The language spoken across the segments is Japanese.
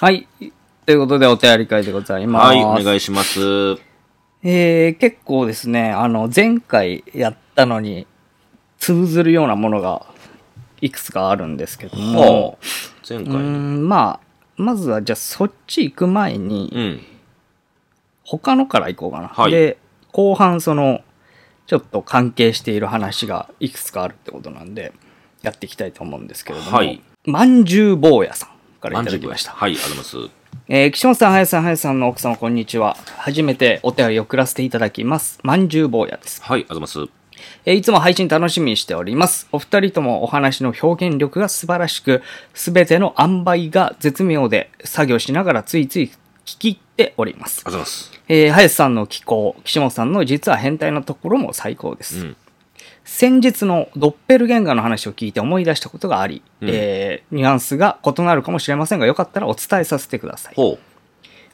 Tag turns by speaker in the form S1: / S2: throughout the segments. S1: はい。ということで、お手り会でございます。
S2: はい、お願いします。
S1: えー、結構ですね、あの、前回やったのに、通ずるようなものが、いくつかあるんですけども、
S2: 前
S1: う
S2: 回
S1: ーん、まあ、まずは、じゃあ、そっち行く前に、
S2: うん。
S1: 他のから行こうかな。
S2: はい
S1: で、後半、その、ちょっと関係している話がいくつかあるってことなんで、やっていきたいと思うんですけれども、
S2: はい
S1: まんじゅう坊やさんからいただきました。
S2: はい、ありがとうございます。
S1: えー、岸本さん、林さん、林さんの奥様、こんにちは。初めてお便りを送らせていただきます。まんじゅう坊やです。
S2: はい、ありがとうございます。
S1: えーいつも配信楽しみにしております。お二人ともお話の表現力が素晴らしく、すべての塩梅が絶妙で、作業しながらついつい聞き入っております。
S2: ありがとうございます。
S1: えー、林さんの気候、岸本さんの実は変態のところも最高です。
S2: うん
S1: 先日のドッペルゲンガーの話を聞いて思い出したことがあり、えーニュアンスが異なるかもしれませんが、よかったらお伝えさせてください。
S2: ほ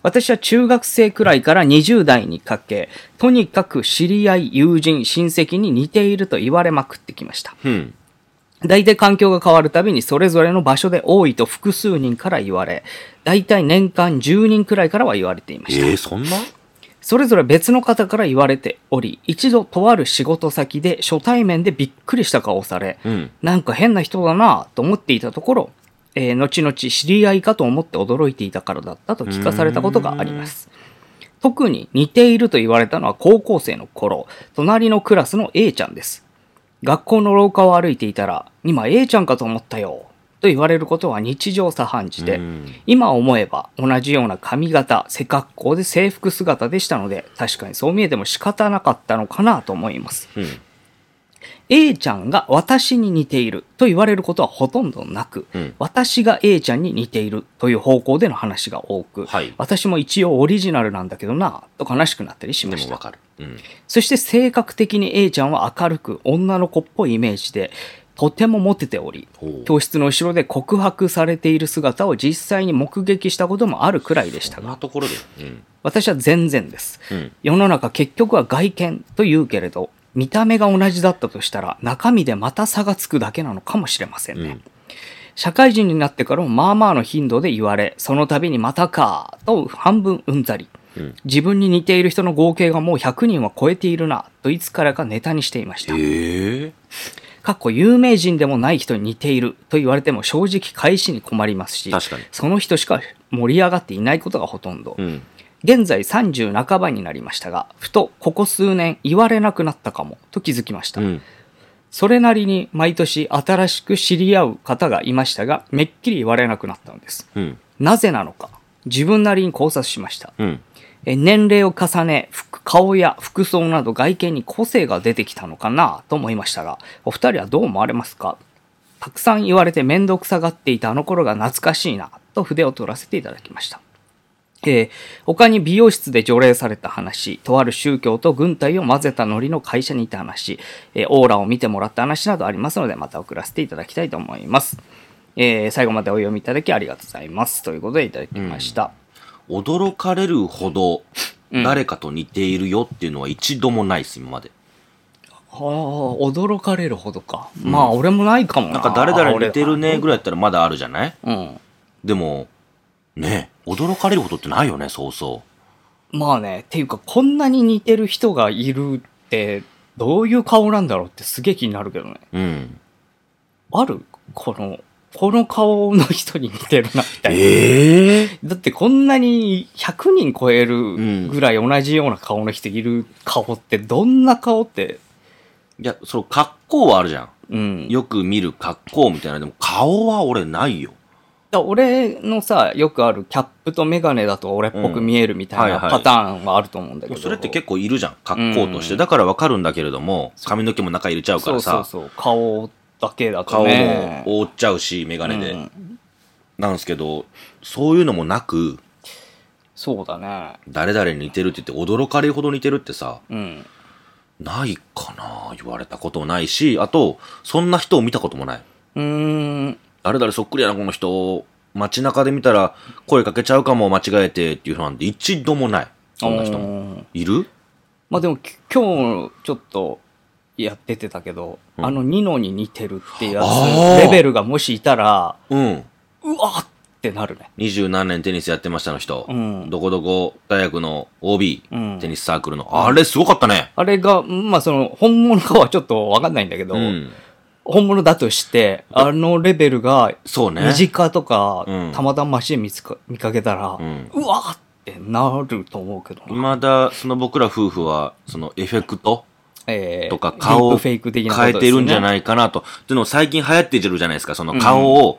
S1: 私は中学生くらいから20代にかけ、とにかく知り合い、友人、親戚に似ていると言われまくってきました。
S2: う。うん。
S1: 大体環境が変わるたびにそれぞれの場所で多いと複数人から言われ、大体年間10人くらいからは言われていました。
S2: えー、そんな
S1: それぞれ別の方から言われており、一度とある仕事先で初対面でびっくりした顔をされ、
S2: うん。
S1: なんか変な人だなぁと思っていたところ、えー後々知り合いかと思って驚いていたからだったと聞かされたことがあります。特に似ていると言われたのは高校生の頃、隣のクラスの A ちゃんです。学校の廊下を歩いていたら、今 A ちゃんかと思ったよ、と言われることは日常茶飯事で、
S2: うん
S1: 今思えば同じような髪型、背格好で制服姿でしたので、確かにそう見えても仕方なかったのかなと思います。
S2: うん。
S1: A ちゃんが私に似ていると言われることはほとんどなく、
S2: うん
S1: 私が A ちゃんに似ているという方向での話が多く、
S2: はい
S1: 私も一応オリジナルなんだけどなぁと悲しくなったりし
S2: で
S1: まし
S2: もわ
S1: た。
S2: かる。うん。
S1: そして性格的に A ちゃんは明るく女の子っぽいイメージで、とてもモテており、
S2: ほう。
S1: 教室の後ろで告白されている姿を実際に目撃したこともあるくらいでした
S2: こん
S1: が、
S2: なところで。うん。
S1: 私は全然です。
S2: うん。
S1: 世の中結局は外見と言うけれど、見た目が同じだったとしたら中身でまた差がつくだけなのかもしれませんね。
S2: うん
S1: 社会人になってからもまあまあの頻度で言われ、その度にまたかと半分うんざり。
S2: うん
S1: 自分に似ている人の合計がもう100人は超えているな、といつからかネタにしていました。
S2: ええ。
S1: かっこ有名人でもない人に似ていると言われても正直返しに困りますし、
S2: 確かに
S1: その人しか盛り上がっていないことがほとんど。
S2: うん。
S1: 現在30半ばになりましたが、ふとここ数年言われなくなったかもと気づきました。
S2: うん。
S1: それなりに毎年新しく知り合う方がいましたが、めっきり言われなくなったのです。
S2: うん。
S1: なぜなのか、自分なりに考察しました。
S2: うん。
S1: え年齢を重ね、服顔や服装など外見に個性が出てきたのかなと思いましたが、お二人はどう思われますかたくさん言われて面倒くさがっていたあの頃が懐かしいなと筆を取らせていただきました。えー他に美容室で除霊された話、とある宗教と軍隊を混ぜたノリの会社にいた話、えーオーラを見てもらった話などありますので、また送らせていただきたいと思います。えー最後までお読みいただきありがとうございます。ということでいただきました。
S2: 驚かれるほど、
S1: うん
S2: 誰かと似ているよっていうのは一度もないです、今まで。
S1: ああ、驚かれるほどか。まあ、俺もないかもな。
S2: なんか誰々似てるねぐらいだったらまだあるじゃない
S1: 俺は。
S2: でも、ねえ驚かれることってないよね、そうそ
S1: う
S2: う。
S1: ん。まあね、っていうか、こんなに似てる人がいるって、どういう顔なんだろうってすげえ気になるけどね。
S2: うん。
S1: あるこの、この顔の人に似てるな、みたいな。
S2: ええ
S1: だってこんなに100人超えるぐらい同じような顔の人いる顔って、どんな顔って、
S2: いや、その格好はあるじゃん。
S1: うん。
S2: よく見る格好みたいな。でも顔は俺ないよ。
S1: だ俺のさ、よくあるキャップとメガネだと俺っぽく見えるみたい
S2: うんは
S1: ない
S2: はい
S1: パターンはあると思うんだけど。
S2: それって結構いるじゃん。格好として。
S1: うん
S2: だからわかるんだけれども、髪の毛も中入れちゃうからさ、
S1: そうそうそう顔だけだと
S2: 顔
S1: ね
S2: も覆っちゃうし、メガネで。
S1: うん
S2: なんですけど、そういうのもなく、
S1: そうだね
S2: 誰々に似てるって言って驚かれるほど似てるってさ、
S1: うん
S2: ないかな言われたこともないし、あと、そんな人を見たこともない。
S1: うーん
S2: 誰々そっくりやな、この人。街中で見たら声かけちゃうかも、間違えてっていう人なんて一度もない。そんな人も。
S1: も
S2: いる
S1: まあでもき今日ちょっとやっててたけど、
S2: うん
S1: あのニノに似てるってや
S2: あー
S1: つレベルがもしいたら
S2: うん。
S1: うわっってなるね。
S2: 二十何年テニスやってましたの人、
S1: うん
S2: どこどこ大学の OB、
S1: うん
S2: テニスサークルの、あれすごかったね。
S1: あれが、まあその、本物かはちょっとわかんないんだけど、
S2: うん。
S1: 本物だとして、あのレベルが、
S2: そうね。
S1: 身近とか、
S2: うん
S1: たまたまマシン見つか見かけたら、うんわーってなると思うけどな。
S2: まだ、その僕ら夫婦は、そのエフェクト
S1: えー
S2: とか顔
S1: ディー
S2: を
S1: プフェイ
S2: 変
S1: ク的なことで
S2: え
S1: すね
S2: てるんじゃないかなと。っていうのを最近流行ってるじゃないですか。その顔を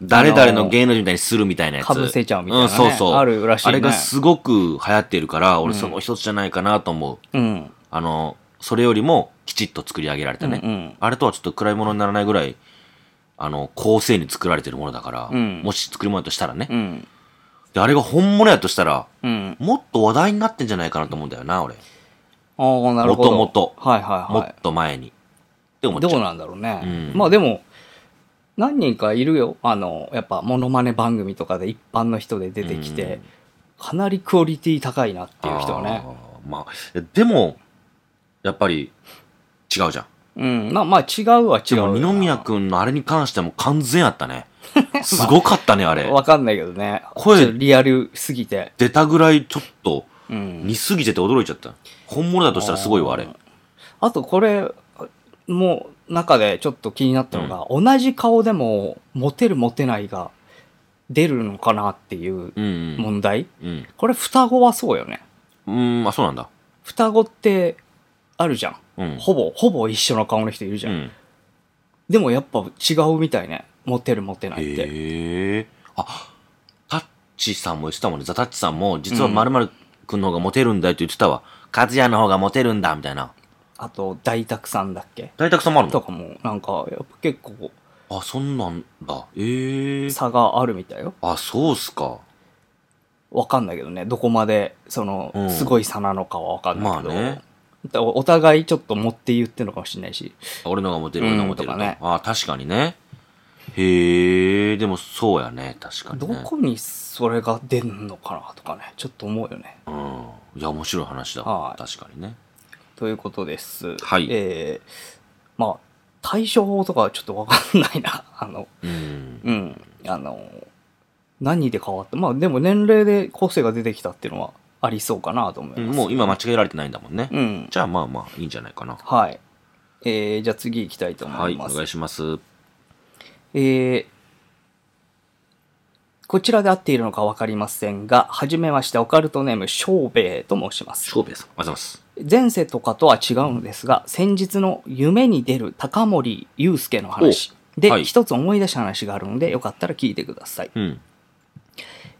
S2: 誰々の芸能人みたいにするみたいなやつ。
S1: あのー被せちゃうみたいなね
S2: んそうそう。
S1: あるらしいね
S2: あれがすごく流行ってるから、俺その一つじゃないかなと思う。
S1: うん。
S2: あの、それよりもきちっと作り上げられたね。
S1: うんうん
S2: あれとはちょっと暗いものにならないぐらい、あの、構成に作られてるものだから、
S1: うん
S2: もし作り物だとしたらね、
S1: うん。
S2: で、あれが本物やとしたら、
S1: うん。
S2: もっと話題になってんじゃないかなと思うんだよな、俺。
S1: ああ、なるほど。
S2: もともと
S1: はいはい
S2: も
S1: は
S2: っと前に。って思
S1: い。
S2: っちゃ
S1: ど
S2: う。
S1: うなんだろうね。
S2: うん
S1: まあでも、何人かいるよ。あの、やっぱ、モノマネ番組とかで一般の人で出てきて、かなりクオリティ高いなっていう人はね。
S2: あー。まあ、でも、やっぱり、違うじゃん。
S1: うん。まあまあ、違うは違
S2: で
S1: うよ
S2: も、
S1: な。
S2: 二宮くんのあれに関してはもう完全やった ね。すごかったね、あれ。
S1: わかんないけどね。
S2: 声
S1: ちょっとリアルすぎて。
S2: 出たぐらいちょっと、
S1: うん。
S2: 似すぎてて驚いちゃった。本物だとしたらすごいわ、あれ。
S1: あとこれ、もう中でちょっと気になったのが、同じ顔でも、モテるモテないが出るのかなっていう
S2: うんうん。
S1: 問題。
S2: うん。
S1: これ双子はそうよね。
S2: うん、あ、そうなんだ。
S1: 双子ってあるじゃん。
S2: うん。
S1: ほぼ、ほぼ一緒の顔の人いるじ
S2: う
S1: ゃん。
S2: ん。
S1: でもやっぱ違うみたいね。モテるモテないって。
S2: へえ。あ、タッチさんも言ってたもんね。ザ・タッチさんも、実は
S1: うん
S2: 〇〇くんの方がモテるんだよって言ってたわ。カズヤの方がモテるんだ、みたいな。
S1: あと、大沢さんだっけ
S2: 大沢さんもある
S1: と
S2: の
S1: かも、なんか、やっぱ結構
S2: あ、そんなんだ。ええ。
S1: 差があるみたいよ。
S2: あ、そうっすか。
S1: わかんないけどね。どこまで、その
S2: う、ん
S1: すごい差なのかはわかんないけど。
S2: まあね
S1: だからおお互いちょっと持って言ってるのかもしれないし。
S2: 俺の方がモテる、俺の方がモテる
S1: うんと
S2: と。
S1: かね
S2: あ、確かにね。へえ、でもそうやね。確かに
S1: ど
S2: ね。
S1: こにそれが出んのかなとかね。ちょっと思うよね。
S2: うん。いや、面白い話だ。
S1: はい
S2: 確かにね。
S1: ということです。
S2: はい
S1: えー、まあ、対処法とかはちょっとわかんないな。 あの、
S2: うん。
S1: うん。あの、何で変わったまあでも年齢で個性が出てきたっていうのはありそうかなと思い
S2: うん
S1: ます。
S2: もう今間違えられてないんだもんね。
S1: うん。
S2: じゃあまあまあいいんじゃないかな。
S1: はい。えー、じゃあ次行きたいと思
S2: はいい、お
S1: ます。
S2: 願いします。
S1: えーこちらで合っているのか分かりませんが、はじめまして、オカルトネーム、小兵衛と申します。
S2: 翔平さん、ありがとうございます。
S1: 前世とかとは違うのですが、先日の夢に出る高森祐介の話で、
S2: はい
S1: 一つ思い出した話があるので、よかったら聞いてください。
S2: うん。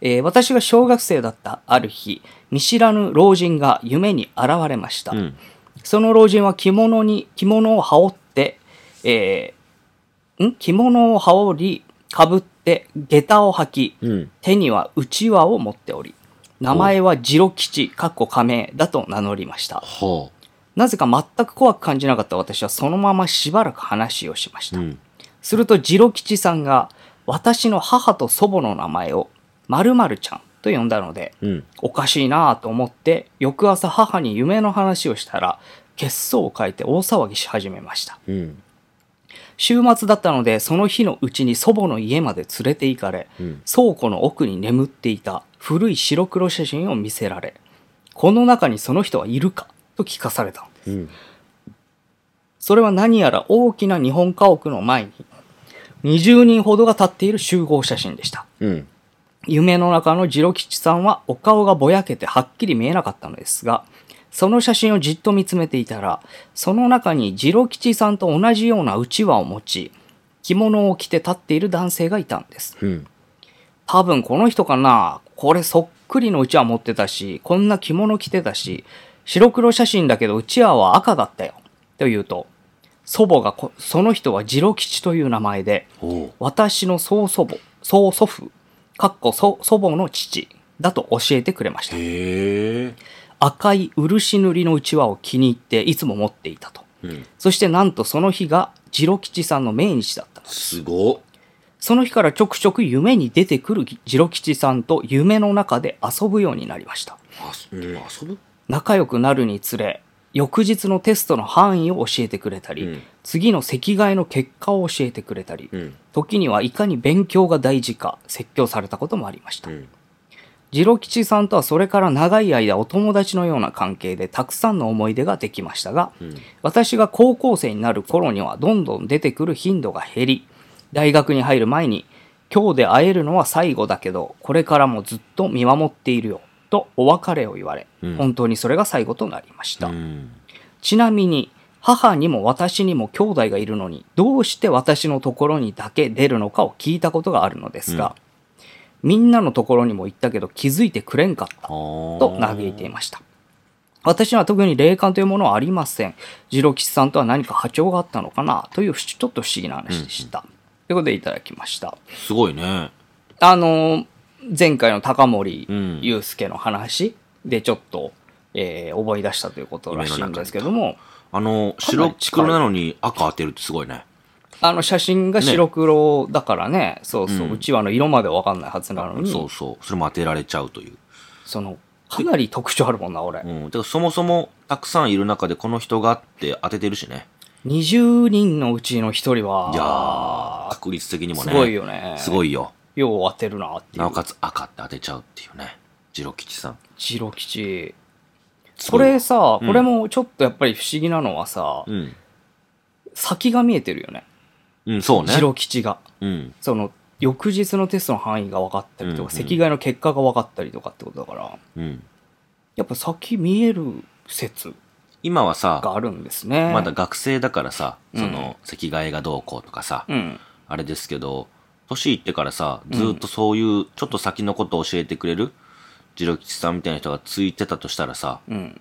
S1: えー私が小学生だったある日、見知らぬ老人が夢に現れました。
S2: うん。
S1: その老人は着物に、着物を羽織って、えーん着物を羽織り、かぶって、下駄を履き、
S2: うん。
S1: 手にはうちわを持っており、名前はジロ吉、かっこ仮名だと名乗りました。
S2: は
S1: なぜか全く怖く感じなかった私はそのまましばらく話をしまし
S2: あ。
S1: た。
S2: うん。
S1: するとジロ吉さんが、私の母と祖母の名前を、〇〇ちゃんと呼んだので、
S2: うん。
S1: おかしいなぁと思って、翌朝母に夢の話をしたら、血相を変えて大騒ぎし始めました。
S2: うん。
S1: 週末だったので、その日のうちに祖母の家まで連れて行かれ、
S2: うん
S1: 倉庫の奥に眠っていた古い白黒写真を見せられ、この中にその人はいるかと聞かされたのです。
S2: うん。
S1: それは何やら大きな日本家屋の前に、20人ほどが立っている集合写真でした。
S2: うん。
S1: 夢の中の次郎吉さんはお顔がぼやけてはっきり見えなかったのですが、その写真をじっと見つめていたら、その中に次郎吉さんと同じようなうちわを持ち、着物を着て立っている男性がいたんです。
S2: うん。
S1: 多分この人かなこれそっくりのうちわ持ってたし、こんな着物着てたし、白黒写真だけどうちわは赤だったよ。と言うと、祖母がこ、その人は次郎吉という名前で、
S2: おう。
S1: 私の曽祖母、曽祖父、かっこ祖祖母の父だと教えてくれました。
S2: へえ。
S1: 赤い漆塗りのうちわを気に入っていつも持っていたと。
S2: うん。
S1: そしてなんとその日が次郎吉さんの命日だった。
S2: すごっ。
S1: その日からちょくちょく夢に出てくる次郎吉さんと夢の中で遊ぶようになりました。
S2: あ、そうん、遊ぶ
S1: 仲良くなるにつれ、翌日のテストの範囲を教えてくれたり、
S2: うん
S1: 次の席替えの結果を教えてくれたり、
S2: うん
S1: 時にはいかに勉強が大事か説教されたこともありました、
S2: うん
S1: ジロ吉さんとはそれから長い間お友達のような関係でたくさんの思い出ができましたが、
S2: ん
S1: 私が高校生になる頃にはどんどん出てくる頻度が減り大学に入る前に「今日で会えるのは最後だけどこれからもずっと見守っているよ」とお別れを言われ、
S2: うん
S1: 本当にそれが最後となりました、
S2: うん
S1: ちなみに母にも私にも兄弟がいるのにどうして私のところにだけ出るのかを聞いたことがあるのですが、みんなのところにも行ったけど気づいてくれんかったと
S2: と
S1: 嘆いていました私には特に霊感というものはありません次郎吉さんとは何か波長があったのかなというちょっと不思議な話でした、ということでいただきました
S2: すごいね。
S1: あのー前回の高森
S2: うん
S1: 祐介の話でちょっと、えー思い出したということらしいんですけども
S2: あの、
S1: かなり
S2: 白黒なのに赤当てるってすごいね。
S1: あの写真が白黒だからねそうそう、う
S2: うん
S1: ちわの色までわかんないはずなのに
S2: そう
S1: そ
S2: そう。それも当てられちゃうという。
S1: のかなり特徴あるもんな俺、
S2: うん。てかそもそもたくさんいる中でこの人がって当ててるしね。
S1: 20人のうちの1人
S2: いや
S1: は
S2: ー、確率的にもね。
S1: すごいよね
S2: すごいよ。
S1: よう当てるなってい
S2: なお
S1: う。
S2: かつ赤って当てちゃうっていうね。ジロ吉さん。
S1: ジロ吉。
S2: す
S1: こ
S2: ごい
S1: れさ、
S2: うん
S1: これもちょっとやっぱり不思議なのはさ、
S2: うん。
S1: 先が見えてるよね。
S2: うん、そうね。
S1: ジロ吉が。
S2: うん。
S1: その、翌日のテストの範囲が分かったりとか、
S2: うんうん
S1: 席替えの結果が分かったりとかってことだから、
S2: うん。
S1: やっぱ先見える説
S2: 今はさ、
S1: があるんですね。
S2: まだ。学生だからさ、
S1: うん
S2: その、席替えがどうこうとかさ、
S1: うん。
S2: あれですけど、年いってからさ、ずーっとそういう、ちょっと先のことを教えてくれる、ジロ吉さんみたいな人がついてたとしたらさ、
S1: うん。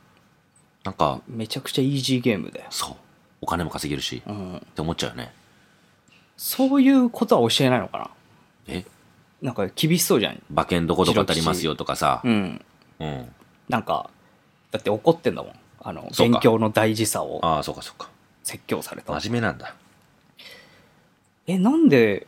S2: なんか、
S1: めちゃくちゃイージーゲームだよ。
S2: そう、お金も稼げるし、
S1: う
S2: っ
S1: ん。
S2: て思っちゃうよね。
S1: そういうことは教えないのかな
S2: え
S1: なんか厳しそうじゃん。
S2: 馬券どこどこ当たりますよとかさ
S1: う、ん。
S2: うん。
S1: なんか、だって怒ってんだもん。あの、
S2: そうか
S1: 勉強の大事さを
S2: ああ、そうかそうか。
S1: 説教された。
S2: 真面目なんだ。
S1: えなんで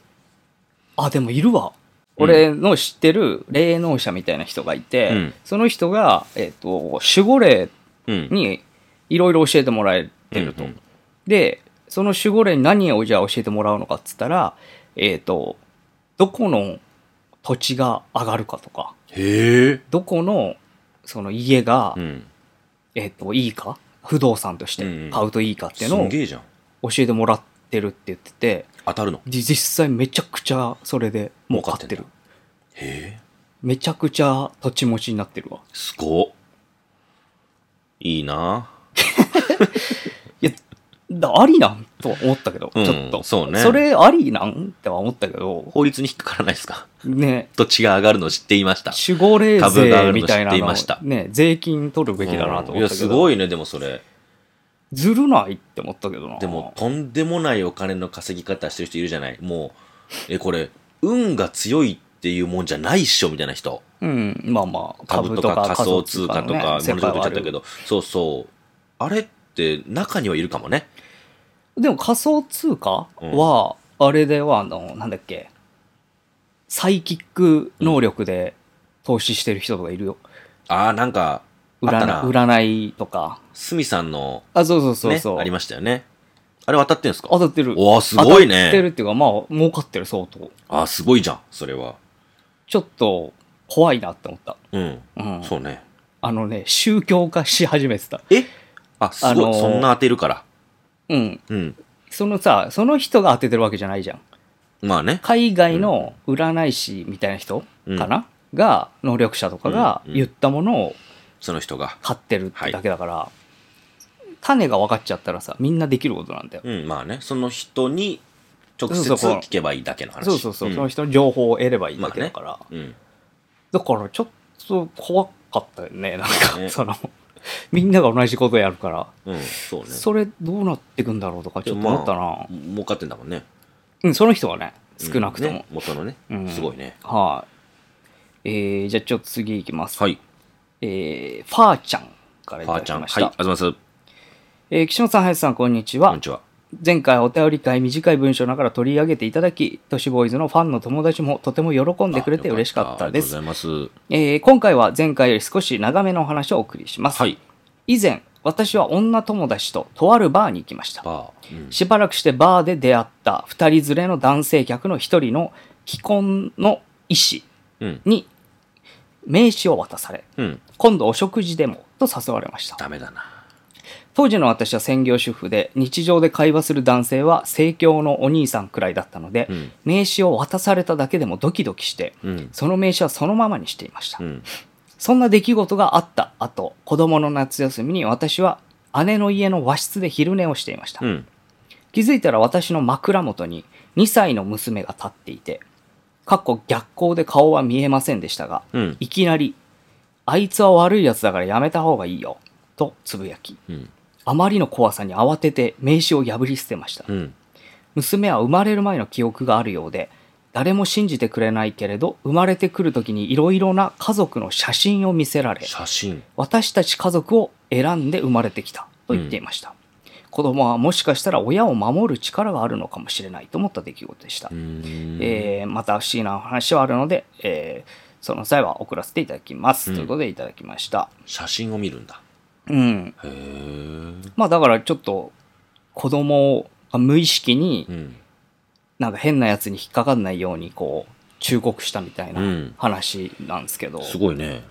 S1: あでもいるわ
S2: うん
S1: 俺の知ってる霊能者みたいな人がいて、
S2: うん
S1: その人が、えっと守護霊
S2: うん。
S1: にいろいろ教えてもらえてると、
S2: うんうん
S1: でその守護霊に何をじゃあ教えてもらうのかっつったらえっ、とどこの土地が上がるかとか
S2: へえ。
S1: どこのその家が、
S2: うん。
S1: えっといいか不動産として買うといいかっていう
S2: す
S1: の
S2: ん
S1: を
S2: げえじゃん。
S1: 教えてもらってるって言ってて、
S2: 当たるの。
S1: で実際めちゃくちゃそれでもう買ってる
S2: 儲へえ。
S1: めちゃくちゃ土地持ちになってるわ
S2: すごっ。いいない
S1: やだありなんとは思ったけど、
S2: うん
S1: ちょっと
S2: そうね
S1: れありなんっては思ったけど
S2: 法律に引っかからないですか
S1: ね
S2: 土地が上がるの知っていました。
S1: 守護霊
S2: 株があ
S1: 税
S2: るの
S1: みたいな
S2: 知ってい
S1: の
S2: ました
S1: ね税金取るべきだなと
S2: う
S1: 思
S2: んい
S1: っ
S2: や、
S1: たけ
S2: す
S1: ど、
S2: ごいね、でもそれ。
S1: ずるないって思ったけどな
S2: でも、とんでもないお金の稼ぎ方してる人いるじゃない。もう、え、これ、運が強いっていうもんじゃないっしょ、みたいな人。
S1: うんまあまあ
S2: 株とか仮想通貨とか、
S1: 世界
S2: 物事
S1: はあ
S2: 言っちゃ
S1: る
S2: ったけど、そうそう。あれって、中にはいるかもね。
S1: でも仮想通貨は、あれではあの、なんだっけ、サイキック能力で投資してる人とかいるよ。
S2: ああ、なんか、あった
S1: 占
S2: な。
S1: 占いとか。
S2: スミさんの、
S1: あ、そうそうそう
S2: ね
S1: そう。
S2: ありましたよね。あれ渡ってんすか
S1: 当たってる。
S2: おーすごい
S1: 当
S2: ね
S1: たってるっていうか、まあ、儲かってる相当。
S2: あー、すごいじゃん、それは。
S1: ちょっと、怖いなって思った。
S2: うん。
S1: うん。
S2: そうね。
S1: あのね、宗教化し始めてた。
S2: えあ、すごい、
S1: あのー
S2: そんな当てるから。
S1: うん。
S2: うん。
S1: そのさ、その人が当ててるわけじゃないじゃん。
S2: まあね。
S1: 海外の占い師みたいな人かな、が、能力者とかが
S2: うんうん
S1: 言ったものを
S2: その人が。
S1: 買ってるってだけだから、種が分かっちゃったらさみんなできることなんだよ、
S2: うん、まあね。その人に直接
S1: そうそうこう
S2: 聞けばいいだけの話。
S1: そうそうそう、
S2: ん
S1: その人の情報を得ればいいだけだから、
S2: うん。
S1: だからちょっと怖かったよねなんか、
S2: ね
S1: そのみんなが同じことやるから、
S2: うん、そうね。
S1: それどうなってくんだろうとかちょっと思ったな、
S2: まあ儲かってんだもんね。
S1: うん、その人はね少なくとも、
S2: うんね元のね
S1: うん。
S2: すごいね。
S1: はい、えー、じゃあちょっと次いきます、
S2: はい。
S1: えー、ファーちゃんからい
S2: ば
S1: た
S2: あ
S1: だ
S2: ち
S1: き
S2: ゃん。は
S1: ま
S2: い。
S1: した、
S2: ありがとうございます。
S1: えー岸本さん林さんこんにちは
S2: こんにちは。
S1: 前回お便り会短い文章ながら取り上げていただき、都市ボーイズのファンの友達もとても喜んでくれて嬉しかったで
S2: あ
S1: す。
S2: ありがとうございます。
S1: えー今回は前回より少し長めのお話をお送りします。
S2: はい。
S1: 以前、私は女友達ととあるバーに行きました。
S2: バー。うん。
S1: しばらくしてバーで出会った二人連れの男性客の一人の既婚の医師
S2: うん。
S1: に名刺を渡され、
S2: うん。
S1: 今度お食事でもと誘われました。
S2: ダメだな。
S1: 当時の私は専業主婦で日常で会話する男性は生協のお兄さんくらいだったので、
S2: うん
S1: 名刺を渡されただけでもドキドキして、
S2: うん。
S1: その名刺はそのままにしていました、
S2: うん。
S1: そんな出来事があった後子供の夏休みに私は姉の家の和室で昼寝をしていました、
S2: うん。
S1: 気づいたら私の枕元に2歳の娘が立っていてかっこ逆光で顔は見えませんでしたが、
S2: うん
S1: いきなり「あいつは悪いやつだからやめた方がいいよ」とつぶやき
S2: うん。
S1: あまりの怖さに慌てて名刺を破り捨てました。
S2: うん。
S1: 娘は生まれる前の記憶があるようで、誰も信じてくれないけれど、生まれてくる時にいろいろな家族の写真を見せられ、
S2: 写真。
S1: 私たち家族を選んで生まれてきたと言っていました。子供はもしかしたら親を守る力があるのかもしれないと思った出来事でした
S2: う。ーん。
S1: えーまた不思議な話はあるので、えーその際は送らせていただきます。
S2: うん
S1: ということでいただきました。
S2: 写真を見るんだ。
S1: うん。
S2: へえ。
S1: まあだからちょっと子供が無意識に
S2: うん。
S1: なんか変なやつに引っかかんないようにこう忠告したみたいな
S2: うん
S1: 話なんですけど、
S2: すごいね。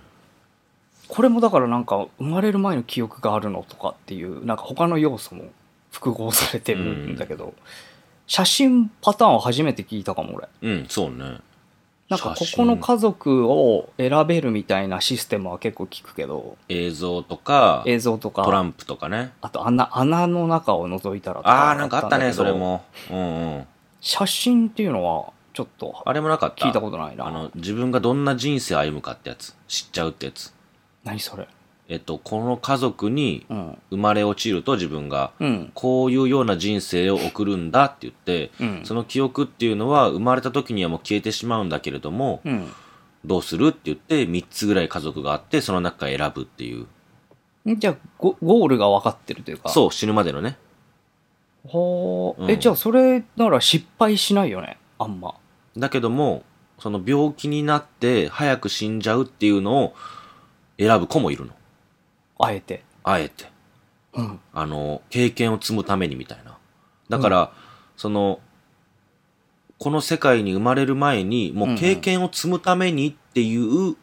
S1: これもだからなんか生まれる前の記憶があるのとかっていうなんか他の要素も複合されてるんだけど、写真パターンを初めて聞いたかも俺
S2: うん、そうね。
S1: なんかこ
S2: 写
S1: こ
S2: 真
S1: の家族を選べるみたいなシステムは結構聞くけど
S2: 映像とか、
S1: 映像と
S2: トラ
S1: か
S2: ンプとかね。
S1: あと穴穴の中を覗いたらと
S2: ああ、
S1: か
S2: なんかあっ
S1: だ
S2: た
S1: けど
S2: ね、それも。うんうん。
S1: 写真っていうのはちょっと
S2: あれもなかった。
S1: 聞いたことないな
S2: あの、自分がどんな人生歩むかってやつ。知っちゃうってやつ。
S1: 何それ
S2: えっと、この家族に
S1: うん
S2: 生まれ落ちると自分が、
S1: うん
S2: こういうような人生を送るんだって言って、
S1: うん
S2: その記憶っていうのは生まれた時にはもう消えてしまうんだけれども、
S1: うん
S2: どうするって言って3つぐらい家族があって、その中から選ぶっていう。
S1: じゃあゴゴールが分かってるというか
S2: そう、死ぬまでのね。
S1: うはあ、
S2: う
S1: え
S2: ん
S1: じゃあそれなら失敗しないよねあんま
S2: だけども、その病気になって早く死んじゃうっていうのを選ぶ子もいるの。
S1: あえて
S2: あえて。
S1: うん
S2: あの、経験を積むためにみたいな。だから、その、この世界に生まれる前に、
S1: うん
S2: も
S1: うん
S2: う経験を積むためにっていう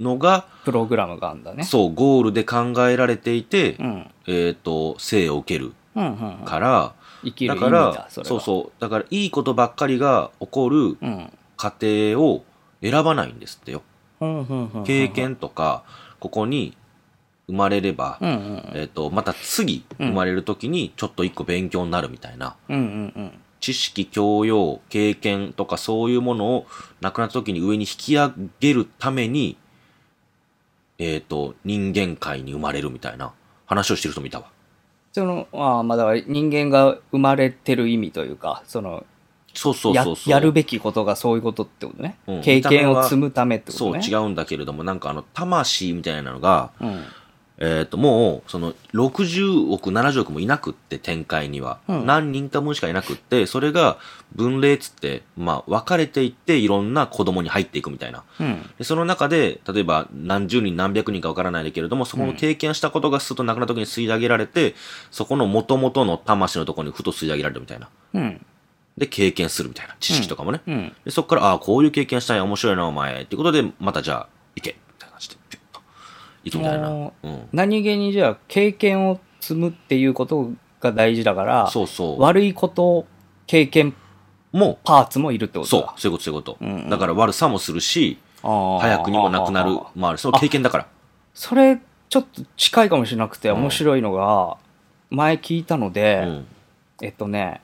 S2: のが、
S1: プログラムがあんだね
S2: そう、ゴールで考えられていて、
S1: うん、うん
S2: えっ、と、生を受ける
S1: うんうん
S2: から、
S1: 生きる
S2: だ
S1: 意味
S2: から
S1: だそれ
S2: そう
S1: う
S2: そう、だからいいことばっかりが起こる
S1: うん
S2: 過程を選ばないんですってよ。
S1: うんうんうん
S2: 経験とか、ここに生まれれば、
S1: うんうん
S2: えっ、と、また次生まれる時にちょっと一個勉強になるみたいな。
S1: うんうんうん
S2: 知識、教養、経験とかそういうものを亡くなった時に上に引き上げるために、えっ、と、人間界に生まれるみたいな話をしてる人もいたわ。
S1: そのああまあだから人間が生まれてる意味というかその
S2: そうそうそうそう。
S1: ややるべきことがそういうことってことね、
S2: うん
S1: 経験を積むためってこと
S2: そう、
S1: ね
S2: 違
S1: う
S2: うんだけれども、なんかあの、魂みたいなのが、
S1: 違うん
S2: えっ、と、もう、その、60億、70億もいなくって、展開には。
S1: うん
S2: 何人か分しかいなくって、それが分類っつって、まあ、分かれていって、いろんな子供に入っていくみたいな。
S1: うん
S2: でその中で、例えば何十人何百人かわからないけれども、そこの経験したことがすると亡くなった時に吸い上げられて、そこの元々の魂のところにふと吸い上げられるみたいな。
S1: うん
S2: で、経験するみたいな。知識とかもね。
S1: うん
S2: でそこから、ああ、こういう経験したい、面白いな、お前。っていうことで、またじゃあ、行け。みたいな感じで、ピュッと。行くみたいな。
S1: お
S2: うん。
S1: 何気にじゃあ経験を積むっていうことが大事だから
S2: そうそ
S1: 悪いこと経験
S2: う。も
S1: パーツもいるってこ
S2: う、
S1: と
S2: そ
S1: だ
S2: う、そういうこと、そういうこと。
S1: うんうん
S2: だから悪さもするし、
S1: あー
S2: 早くにもなくなる、まあ、その経験だから。
S1: それちょっと近いかもしれなくて
S2: うん
S1: 面白いのが、前聞いたので
S2: う、ん。
S1: えっとね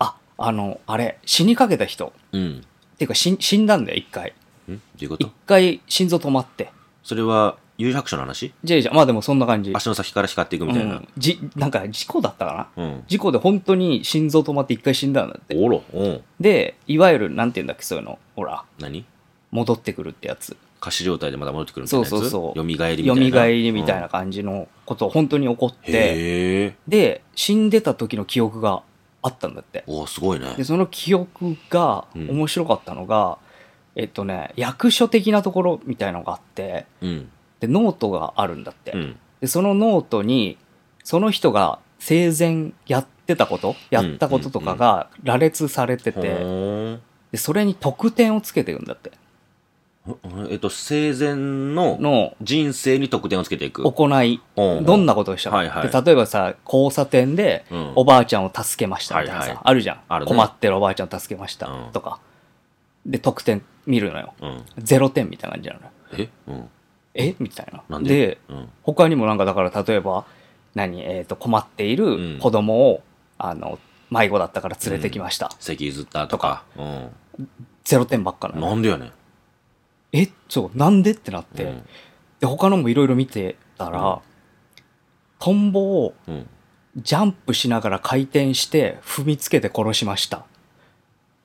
S1: ああのあれ死にかけた人
S2: うん。んど
S1: っていうか死ん死んだんだよ一回
S2: ういうこ
S1: 一
S2: と
S1: 回心臓止まって
S2: それは、有白書の話
S1: じゃあじゃあまあでもそんな感じ
S2: 足の先から光っていくみたいな。
S1: うんじなんか事故だったかな
S2: うん。
S1: 事故で本当に心臓止まって一回死んだんだって
S2: おろ、うん。
S1: でいわゆるなんて言うんだっけそういうのほら
S2: 何
S1: 戻ってくるってやつ
S2: 仮死状態でまた戻ってくるみたいなやつ
S1: そうそうそう
S2: 蘇りみたいな。
S1: よみがえりみたいな
S2: っ
S1: 感じのこと本当に起こって、
S2: へえ。
S1: で死んでた時の記憶があったんだって
S2: おーすごいね
S1: で。その記憶が
S2: うん
S1: 面白かったのが、えっとね役所的なところみたいのがあって
S2: うん。
S1: でノートがあるんだって、
S2: うん。
S1: でそのノートにその人が生前やってたこと、やったこととかが羅列されて
S2: ほ
S1: て、
S2: ーん
S1: でそれに得点をつけていくんだって。
S2: えっと、生前の
S1: の
S2: 人生に得点をつけていく。
S1: 行い、
S2: うんうん
S1: どんなことをしたの、
S2: はいはい
S1: で例えばさ、交差点で
S2: うん
S1: おばあちゃんを助けましたみたいなさ、
S2: はいはい
S1: あるじゃん
S2: あるね
S1: 困ってるおばあちゃんを助けました
S2: うん
S1: とか。で、得点見るのよ。
S2: うん。
S1: 0点みたいな感じなのよ。
S2: えうん。
S1: えみたいな。
S2: なん
S1: で
S2: で、うん。
S1: 他にもなんかだから例えば何、えー、と困っている子供を、あの迷子だったから連れてきました、
S2: 席譲ったとか。う。
S1: ゼロ点ばっかなんの
S2: なんでやねん。
S1: えそうなんでってなって、
S2: うん
S1: で他のもいろいろ見てたら、
S2: うん
S1: トンボを
S2: うん。
S1: ジャンプしながら回転して踏みつけて殺しました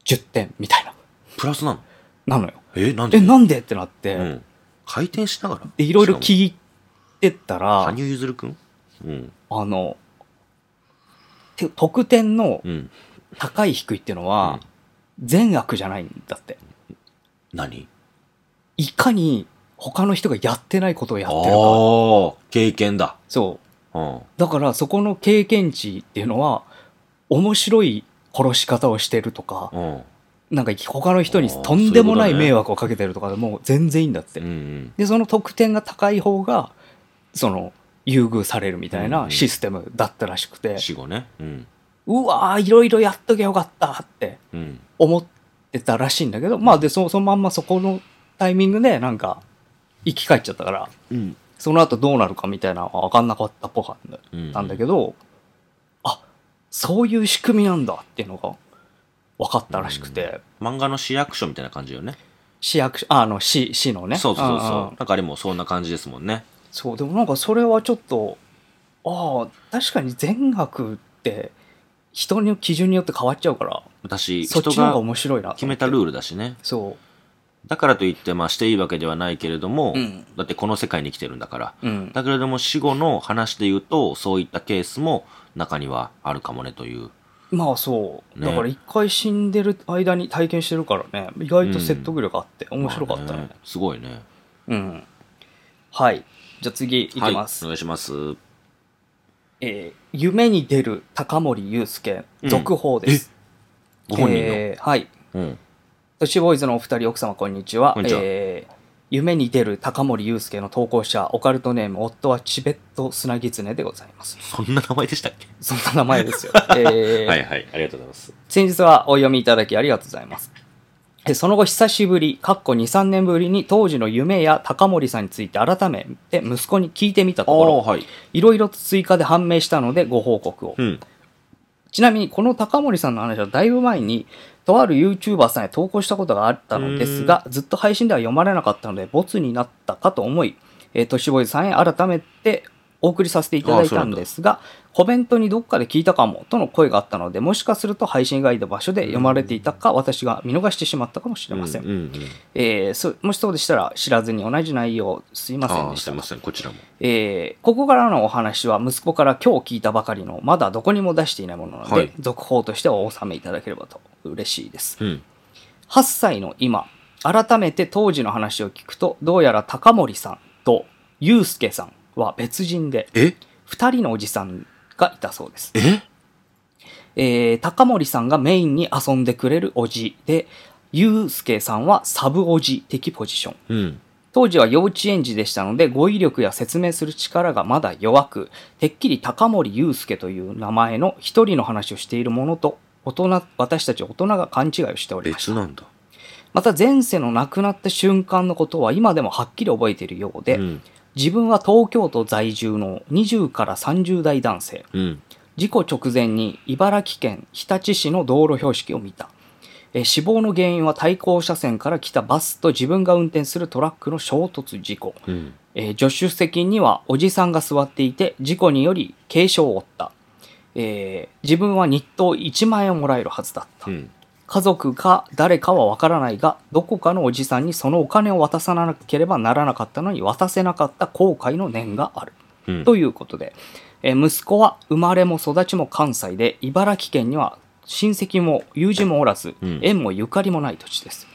S1: 10点みたいな
S2: プラスなの
S1: なのよ
S2: えなんで
S1: えなんでってなって、
S2: うん。回転しながら
S1: でいろいろ
S2: し
S1: 聞いてった
S2: からも羽生結弦くんうん。
S1: あのて得点の
S2: うん。
S1: 高い低いっていうのは、善悪じゃないんだって
S2: 何
S1: いかに他の人がやってないことをや
S2: ああ
S1: ってるか
S2: ー、経験だ。
S1: そう
S2: うん。
S1: だからそこの経験値っていうのは面白い殺し方をしてるとか
S2: うん。
S1: なんか他の人に
S2: あー
S1: とんでもな
S2: そうい
S1: い
S2: うことね
S1: 迷惑をかけてるとかでも全然いいんだって
S2: うんうん。
S1: でその得点が高い方がその優遇されるみたい
S2: うんう
S1: なんシステムだったらしくて
S2: 死後ね。うん。
S1: うわーいろいろやっときゃよかったって
S2: うん。
S1: 思ってたらしいんだけどまあでそそのまんまそこのタイミングでなんか生き返っちゃったから
S2: うん。
S1: その後どうなるかみたいなのは分かんなかったっぽかっ
S2: うん。
S1: たんだけど、あそういう仕組みなんだっていうのが分かったらしくて、
S2: 漫画の市役所みたいな感じよね。
S1: 市役所ああの市市のね
S2: そうそうそうそ
S1: ん
S2: う。
S1: ん
S2: なんかあれもそんな感じですもんね。
S1: そうでもなんかそれはちょっとああ確かに全額って人の基準によって変わっちゃうから
S2: 私、
S1: そ
S2: 人
S1: っちの方が
S2: が
S1: 面白いなと思って
S2: 決めたルールだしね。
S1: そ
S2: だからといって、まあしていいわけではないけれども、
S1: うん
S2: だってこの世界に生きてるんだから。
S1: ううん
S2: だけれども死後の話で言うと、そういったケースも中にはあるかもねという。
S1: まあそう、
S2: ね
S1: だから一回死んでる間に体験してるからね意外と説得力あって面白かったね、
S2: まあすごいね。
S1: うん。はい。じゃあ次いきます。
S2: はい、お願いします。
S1: えー夢に出る高森祐介、
S2: うん
S1: 続報です。
S2: ご本人の。
S1: えーはい。
S2: うん。
S1: 都市ボーイズのお二人、奥様、こんにちは。
S2: こんにちは
S1: えー夢に出る高森祐介の投稿者、オカルトネーム、夫はチベット砂狐でございます。
S2: そんな名前でしたっけ、
S1: そんな名前 ですよ。えー
S2: はいはい。ありがとうございます。
S1: 先日はお読みいただきありがとうございます。えその後久しぶり、かっこ2、3年ぶりに当時の夢や高森さんについて改めて息子に聞いてみたところ、
S2: はい。
S1: いろいろと追加で判明したのでご報告を。
S2: うん。
S1: ちなみにこの高森さんの話はだいぶ前に、とある YouTuber さんへ投稿したことがあったのですが、ずっと配信では読まれなかったので、ボツになったかと思い、えー、トシボーイズさんへ改めてお送りさせていただいたんですが、コメントにどっかで聞いたかもとの声があったので、もしかすると配信以外の場所で読まれていたか、私が見逃してしまったかもしれません。
S2: うんうんうん、
S1: えーそもしそうでしたら、知らずに同じ内容、すいません
S2: ああ、
S1: でし
S2: す
S1: た
S2: い。ません。こちらも。
S1: えーここからのお話は息子から今日聞いたばかりのまだどこにも出していないものなので、
S2: はい
S1: 続報としてはお納めいただければと嬉しいです
S2: うん。
S1: 8歳の今改めて当時の話を聞くとどうやら高森さんと祐介さんは別人で
S2: え
S1: 2人のおじさんがいたそうです
S2: え
S1: えー高森さんがメインに遊んでくれるおじで祐介さんはサブおじ的ポジション
S2: うん。
S1: 当時は幼稚園児でしたので語彙力や説明する力がまだ弱くてっきり高森祐介という名前の一人の話をしているものと大人私たち大人が勘違いをしておりました
S2: 別なんだ。
S1: また前世の亡くなった瞬間のことは今でもはっきり覚えているようで、
S2: うん。
S1: 自分は東京都在住の20から30代男性
S2: うん。
S1: 事故直前に茨城県日立市の道路標識を見たえー死亡の原因は対向車線から来たバスと自分が運転するトラックの衝突事故
S2: うん。
S1: えー助手席にはおじさんが座っていて事故により軽傷を負った、えー自分は日当1万円をもらえるはずだった、
S2: うん。
S1: 家族か誰かはわからないがどこかのおじさんにそのお金を渡さなければならなかったのに渡せなかった後悔の念がある、
S2: うん
S1: ということで、えー息子は生まれも育ちも関西で茨城県には親戚も友人もおらず、
S2: うん
S1: 縁もゆかりもない土地です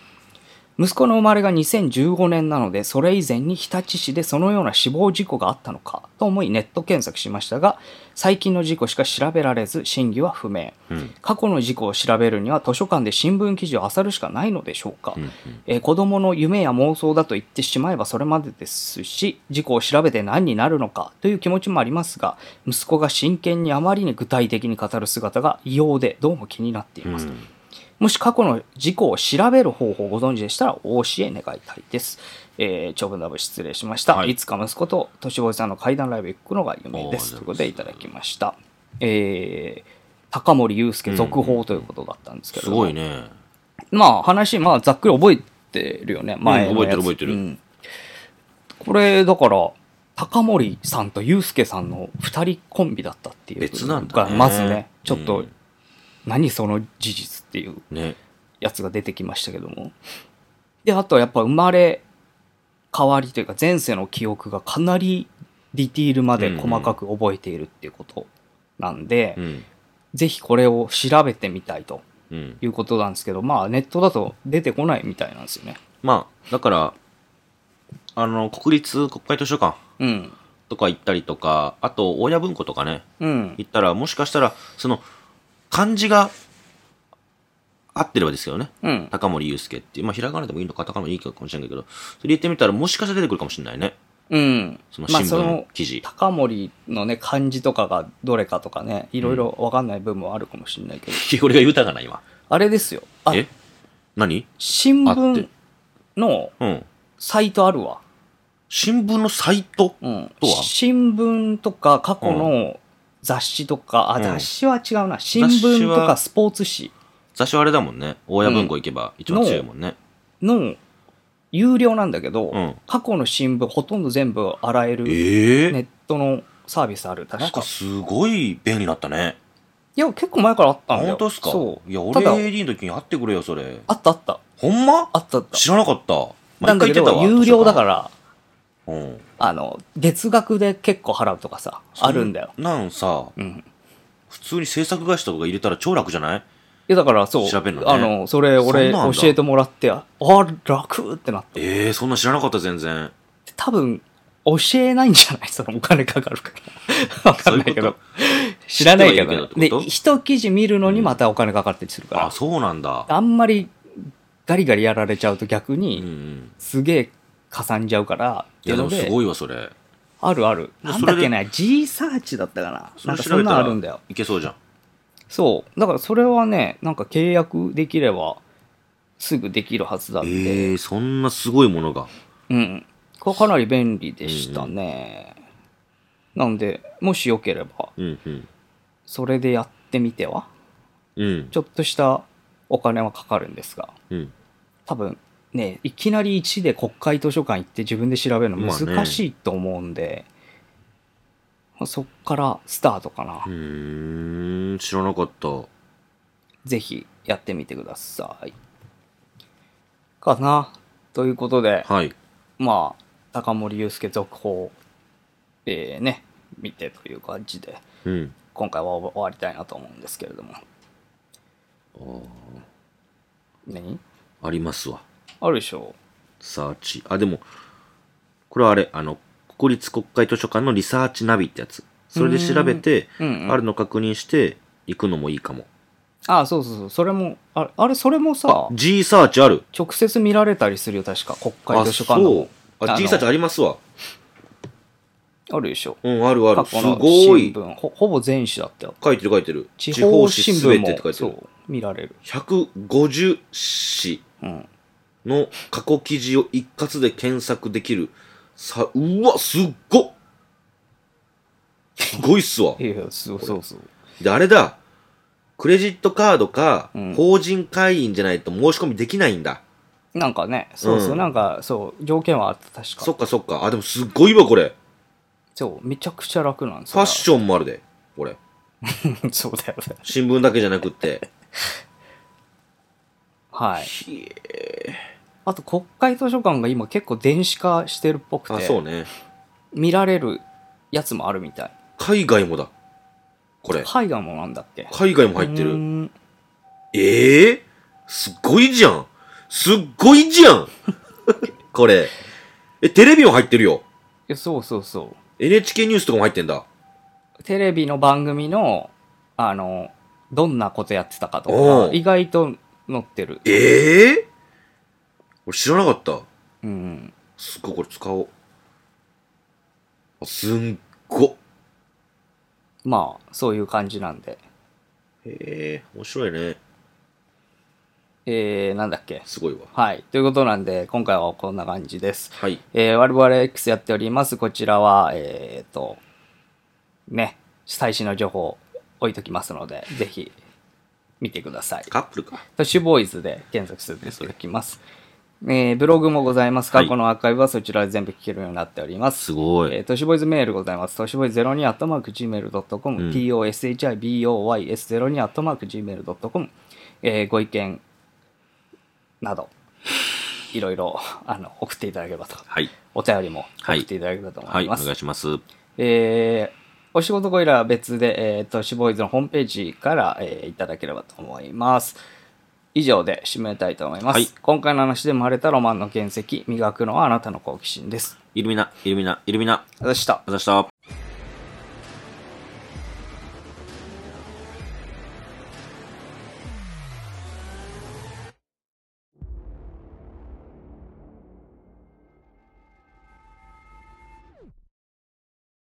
S1: 息子の生まれが2015年なので、それ以前に日立市でそのような死亡事故があったのかと思いネット検索しましたが、最近の事故しか調べられず、真偽は不明。
S2: うん。
S1: 過去の事故を調べるには図書館で新聞記事を漁るしかないのでしょうか、
S2: うんうん
S1: えー子供の夢や妄想だと言ってしまえばそれまでですし事故を調べて何になるのかという気持ちもありますが息子が真剣にあまりに具体的に語る姿が異様でどうも気になっていうます、
S2: ん。
S1: もし過去の事故を調べる方法をご存知でしたらお教え願いたいです、えー長文ダブ失礼しました、
S2: はい
S1: い、つか息子ととしぼさんの怪談ライブ行くのが夢です
S2: おー
S1: ということでいただきましたえー高森祐介続報ということだったんですけれ
S2: す
S1: ども、
S2: ごいね。
S1: まあ話、まあざっくり覚えてるよね、前のやつ
S2: 覚えてる覚えてる
S1: んこれ、だから、高森さんと祐介さんの二人コンビだったっていう。
S2: 別なんだね
S1: まずね、ちょっと、
S2: うん
S1: 何その事実っていう
S2: ね。
S1: やつが出てきましたけども。で、あとはやっぱ生まれ変わりというか、前世の記憶がかなりディティールまで細かく覚えているっていうことなんで、
S2: うん。
S1: ぜひこれを調べてみたいと。
S2: うん。
S1: いうことなんですけど、まあネットだと出てこないみたいなんですよね。
S2: まあ、だから、あの、国立国会図書館
S1: うん。
S2: とか行ったりとか、あと、親文庫とかね、
S1: うん。
S2: 行ったら、もしかしたら、その、漢字が合ってればですけどね。
S1: うん。
S2: 高森祐介っていう、まあ、ひらがなでもいいのか、高森いいかもしれないけど、それ言ってみたら、もしかしたら出てくるかもしれないね。
S1: うん。
S2: その新
S1: まあそ
S2: 聞
S1: の
S2: 記事。
S1: 高森のね、漢字とかがどれかとかね、いろいろわかんない部分はあるかもしれないけど、
S2: 俺が言うたかな、今。
S1: あれですよ。あ、
S2: え何
S1: 新
S2: あって
S1: 聞の
S2: うん。
S1: サイトあるわ。
S2: 新聞のサイト
S1: うん。
S2: とは
S1: 新聞とか過去
S2: う
S1: の雑誌とか、
S2: う
S1: あ、
S2: ん
S1: 雑誌は違うな。新聞と
S2: 雑誌は
S1: かスポーツ紙
S2: 雑誌はあれだもんね。大家文庫行けば一番強いもんね。
S1: の有料なんだけど、
S2: うん
S1: 過去の新聞ほとんど全部洗える。
S2: ええ
S1: ネットのサービスある、
S2: なん
S1: 確
S2: か
S1: か。
S2: すごい便利になったね。
S1: いや、結構前からあったんだよ。
S2: 本当ですか
S1: そう。
S2: いや、
S1: た
S2: 俺
S1: だ
S2: AD の時に会ってくれよ、それ。
S1: あったあった。
S2: ほんま
S1: あったあった。
S2: 知らなかった。まあ
S1: なんだけ
S2: 一回行
S1: ど、
S2: ってたわ
S1: 有料だか。ら、
S2: 図書館うん。
S1: あの、月額で結構払うとかさ、あるんだよ。
S2: そなんさ、
S1: うん。
S2: 普通に制作会社とか入れたら超楽じゃない
S1: いや、だからそう、
S2: 調べるのね
S1: あの、それ俺
S2: そんなんだ
S1: 教えてもらって、あ、楽ってなって。
S2: ええそんな知らなかった、全然。
S1: 多分、教えないんじゃない そのお金かかるから。わかんないけ
S2: そうい
S1: ど
S2: うこ。
S1: 知らないけ
S2: 知ってはい
S1: ど
S2: る。け
S1: で
S2: どってこと、
S1: 一記事見るのにまたお金かかったりするから
S2: あ、。そうなんだ。
S1: あんまりガリガリやられちゃうと逆に、
S2: うんうん。
S1: すげえかさんじゃうからって
S2: い
S1: い
S2: や、
S1: う
S2: で
S1: の
S2: もす
S1: で
S2: ごいわ、それ。
S1: あるある
S2: で
S1: なん
S2: それ
S1: だ
S2: で
S1: っけね G サーチだったかな
S2: そ
S1: なん
S2: れ
S1: か
S2: 調
S1: そ
S2: べ
S1: んな
S2: た
S1: のあ
S2: ら
S1: るんだよ
S2: いけそうじゃん。
S1: そうだからそれはねなんか契約できればすぐできるはずなんで、
S2: ええそんなすごいものが。
S1: うんこれかなり便利でしたね、なんでもしよければ
S2: うんうん。
S1: それでやってみては
S2: うん。
S1: ちょっとしたお金はかかるんですが
S2: うん。
S1: 多分ねいきなり1で国会図書館行って自分で調べるの難しいと思うんで、まあそっからスタートかな、
S2: うーん、知らなかった。
S1: ぜひやってみてくださいかなということで
S2: はい。
S1: まあ高森祐介続報えー、ね見てという感じで
S2: うん。
S1: 今回は終わりたいなと思うんですけれども
S2: あー
S1: 何
S2: ありますわ。
S1: あるでしょ
S2: サーチ。あ、でも、これはあれ、あの、国立国会図書館のリサーチナビってやつ。それで調べて、
S1: う、うんうん、
S2: あるの確認して、行くのもいいかも。
S1: あそうそうそうそれもあれあれそれもさ
S2: G サーチある。
S1: 直接見られたりするよ確か国会
S2: あ、
S1: 図書館の
S2: そう。
S1: あ
S2: あ、
S1: の
S2: G サーチありますわ。
S1: あるでしょ
S2: うん、あるあ
S1: 過
S2: る。
S1: 去
S2: す
S1: の
S2: ご
S1: 新
S2: い。
S1: 聞ほほぼ全紙だったよ
S2: 書いてる書いてる。
S1: 地方
S2: 紙
S1: 新
S2: 全
S1: 聞も
S2: てって書いて
S1: そ
S2: る。
S1: う見られる、
S2: 150紙
S1: うん、
S2: の過去記事を一括で検索できる。さ、うわ、すっごっすごいっすわ
S1: い。やいやそうそうそう
S2: で、あれだ。クレジットカードか
S1: うん、
S2: 法人会員じゃないと申し込みできないんだ。
S1: なんかねそうそう、
S2: うん
S1: なんかそう条件はあった確か
S2: そっかそっか。あ、でもすっごいわ、これ。
S1: そうめちゃくちゃ楽なんです
S2: ファッションもあるで。これ。
S1: ョン そうだよね
S2: 新聞だけじゃな くって。
S1: はいあと国会図書館が今結構電子化してるっぽく
S2: あ、
S1: て
S2: そうね。
S1: 見られるやつもあるみたい
S2: 海外もだ。これ。
S1: 海外もなんだっけ
S2: 海外も入って
S1: うー
S2: る。
S1: ん
S2: ええすっごいじゃん。すっごいじゃ んこれ。え、テレビも入ってるよ。
S1: やそうそうそ
S2: NHK ニュースとかも入ってんだ。
S1: う。テレビの番組の、あの、どんなことやってたかと
S2: お
S1: か、
S2: う
S1: 意外と載ってる。
S2: ええ俺知らなかった。
S1: うん。
S2: すっごいこれ使おう。あすんご。
S1: まあ、そういう感じなんで。
S2: へえ、面白いね。
S1: えー、なんだっけ。
S2: すごいわ。
S1: はい。ということなんで、今回はこんな感じです。
S2: はい。
S1: えー、我々 X やっております。こちらは、えっ、と、ね、最新の情報を置いときますので、ぜひ見てください。
S2: カップルか。
S1: トッシュボーイズで検索すると出てきます。えー、ブログもございますが、
S2: はい
S1: このアーカイブはそちらで全部聞けるようになっております。
S2: すご
S1: えー、
S2: い。
S1: トッシュボーイズメールございます。トッシュボーイズ02アットマーク Gmail.com、
S2: うん
S1: TOSHIBOYS02 アットマーク Gmail.com、えーご意見など、いろいろあの送っていただければと。
S2: はい。
S1: お便りも
S2: は
S1: 送
S2: い
S1: っていただけたらと思
S2: はいい、お
S1: ます。
S2: 願いします。
S1: えーお仕事ご依頼は別で、えー、とシボーイズのホームページから、えーいただければと思います。以上で締めたいと思います。
S2: はい
S1: 今回の話で生まれたロマンの原石、磨くのはあなたの好奇心です。
S2: イルミナ、イルミナ、イルミナ。
S1: でした。
S2: あざした。